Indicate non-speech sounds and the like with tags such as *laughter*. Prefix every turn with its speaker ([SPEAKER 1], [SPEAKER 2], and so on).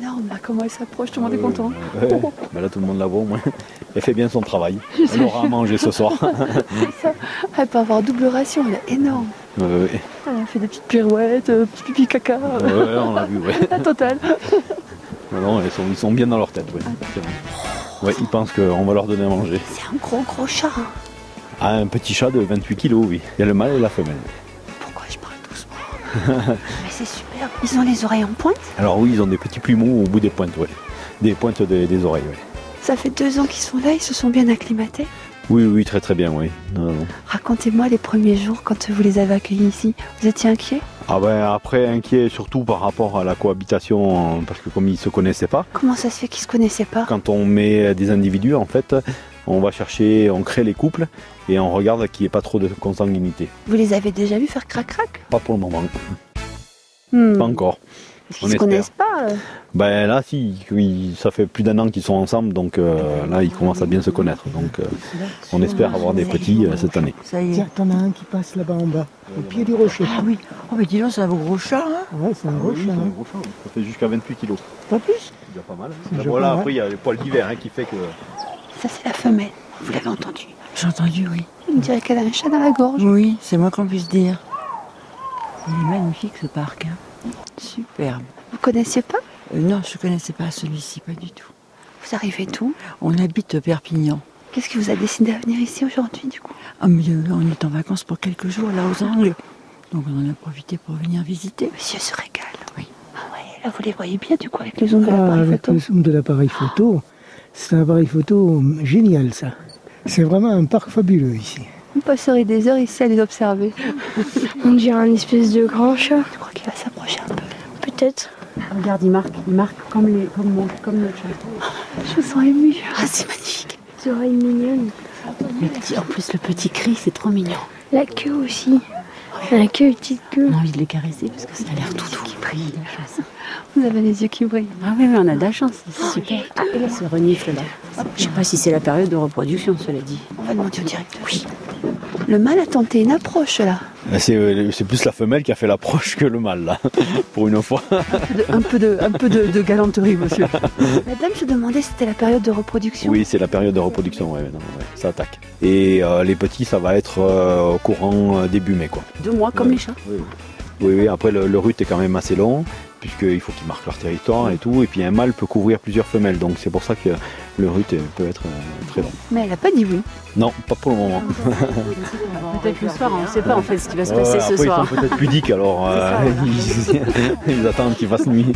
[SPEAKER 1] énorme, là, comment elle s'approche, tout le monde est
[SPEAKER 2] Euh,
[SPEAKER 1] content. Oh,
[SPEAKER 2] ouais. Ben là, tout le monde la voit au moins. Elle fait bien son *laughs* travail. Elle aura à manger ce soir.
[SPEAKER 1] oh, Elle peut avoir double ration, elle est énorme.
[SPEAKER 2] Euh, *laughs* ouais,
[SPEAKER 1] Elle fait des petites pirouettes, euh, petit pipi caca, euh,
[SPEAKER 2] ouais, on l'a vu, ouais.
[SPEAKER 1] la totale.
[SPEAKER 2] Non, non, ils sont, ils sont bien dans leur tête, ouais. Ah, C'est vrai. Ouais, ils pensent qu'on va leur donner à manger.
[SPEAKER 1] C'est un gros gros chat. hein.
[SPEAKER 2] Ah, un petit chat de 28 kilos, oui. Il y a le mâle et la femelle.
[SPEAKER 1] Pourquoi je parle doucement
[SPEAKER 2] *laughs*
[SPEAKER 1] Mais c'est super. Ils ont les oreilles en pointe.
[SPEAKER 2] Alors oui, ils ont des petits plumeaux au bout des pointes, ouais. Des pointes des, des oreilles, ouais.
[SPEAKER 1] Ça fait deux ans qu'ils sont là, ils se sont bien acclimatés.
[SPEAKER 2] Oui, oui, très très bien, oui. Non, non, non.
[SPEAKER 1] Racontez-moi les premiers jours quand vous les avez accueillis ici. Vous étiez inquiet
[SPEAKER 2] Ah ben après, inquiet surtout par rapport à la cohabitation, hein, parce que comme ils se connaissaient pas,
[SPEAKER 1] Comment ça se fait qu'ils se connaissaient pas
[SPEAKER 2] quand on met euh, des individus, en fait, on va chercher, on crée les couples et on regarde qu'il n'y ait pas trop de consanguinité.
[SPEAKER 1] Vous les avez déjà vus faire crac-crac
[SPEAKER 2] Pas pour le moment,
[SPEAKER 3] Mm.
[SPEAKER 1] Hmm.
[SPEAKER 2] pas encore.
[SPEAKER 1] Parce
[SPEAKER 2] on
[SPEAKER 1] qu'ils se
[SPEAKER 2] espère.
[SPEAKER 1] connaissent pas. euh.
[SPEAKER 2] Ben là, si, oui, ça fait plus d'un an qu'ils sont ensemble, donc euh, là, ils commencent à bien se connaître. Donc euh, on espère avoir des petits euh, cette année.
[SPEAKER 4] Ça y est.
[SPEAKER 3] Tiens, t'en as un qui passe là-bas en bas, au pied du rocher.
[SPEAKER 4] Ah oui. Oh, mais dis donc, c'est un gros chat, hein
[SPEAKER 3] Ouais,
[SPEAKER 2] Ah
[SPEAKER 3] c'est un gros chien. hein.
[SPEAKER 2] Ça fait jusqu'à 28 kilos.
[SPEAKER 3] Pas plus
[SPEAKER 2] C'est déjà pas mal. Ben
[SPEAKER 3] C'est déjà Voilà, pas mal. après,
[SPEAKER 2] il y a le poil d'hiver hein, qui fait que.
[SPEAKER 1] Ça, c'est la femelle. Vous l'avez entendu
[SPEAKER 4] J'ai entendu, oui.
[SPEAKER 1] On dirait qu'elle a un chat dans la gorge.
[SPEAKER 4] Oui, c'est moi qu'on puisse dire. Il est magnifique ce parc, hein. Superbe.
[SPEAKER 1] Vous connaissiez pas
[SPEAKER 4] Euh, non, je ne connaissais pas celui-ci, pas du tout.
[SPEAKER 1] Vous arrivez d'où
[SPEAKER 4] On habite Perpignan.
[SPEAKER 1] Qu'est-ce qui vous a décidé à venir ici aujourd'hui, du coup
[SPEAKER 4] Ah, mais euh, on est en vacances pour quelques jours, là, aux Angles. Donc on en a profité pour venir visiter.
[SPEAKER 1] Monsieur se régale.
[SPEAKER 4] Oui.
[SPEAKER 1] Ah ouais, là, vous les voyez bien, du coup, avec le zoom de
[SPEAKER 3] Ah,
[SPEAKER 1] l'appareil
[SPEAKER 3] avec
[SPEAKER 1] photo.
[SPEAKER 3] le zoom de l'appareil photo, c'est un appareil photo hum, génial ça. C'est vraiment un parc fabuleux ici.
[SPEAKER 1] On passerait des heures ici à les observer.
[SPEAKER 5] On dirait un espèce de grand chat,
[SPEAKER 1] Je crois qu'il va s'approcher un peu.
[SPEAKER 5] peut-être.
[SPEAKER 6] Regarde, il marque, il marque comme, les, comme, mon- comme le chat.
[SPEAKER 1] Je me sens émue. Ah, c'est magnifique.
[SPEAKER 5] Les oreilles mignonnes.
[SPEAKER 6] Le petit- en plus, le petit cri, c'est trop mignon.
[SPEAKER 5] La queue aussi. La queue, une petite queue.
[SPEAKER 6] On a envie de le caresser parce que ça a l'air tout doux. Qui brille, la chance.
[SPEAKER 1] Vous avez les yeux qui brillent.
[SPEAKER 6] Ah oui, oui, on a de la chance, c'est super. Ah, et là, ce renifle là. Je sais pas si c'est la période de reproduction, cela dit.
[SPEAKER 1] On va demander au directeur. Oui. Le mâle a tenté une approche, là.
[SPEAKER 2] C'est euh, c'est plus la femelle qui a fait l'approche que le mâle, là, *laughs* pour une fois.
[SPEAKER 4] Un peu de, un peu de, de galanterie, monsieur.
[SPEAKER 1] La dame se demandait si c'était la période de reproduction.
[SPEAKER 2] Oui, c'est la période de reproduction, ouais, maintenant, ouais, ça attaque. Et euh, les petits, ça va être euh, au courant euh, début mai, quoi.
[SPEAKER 6] Deux mois, comme
[SPEAKER 2] Ouais.
[SPEAKER 6] les chats.
[SPEAKER 2] Oui, oui, après le, le rut est quand même assez long, puisqu'il faut qu'ils marquent leur territoire et tout, et puis un mâle peut couvrir plusieurs femelles, donc c'est pour ça que le rut euh, peut être euh, très long.
[SPEAKER 1] Mais elle n'a pas dit oui.
[SPEAKER 2] Non, pas pour le moment.
[SPEAKER 6] *laughs* Peut-être le soir, on ne sait pas en fait ce qui va se
[SPEAKER 2] Ouais,
[SPEAKER 6] passer
[SPEAKER 2] après,
[SPEAKER 6] ce soir.
[SPEAKER 2] *laughs* Ils sont peut-être pudiques, alors euh, ils, ils attendent qu'il fasse nuit.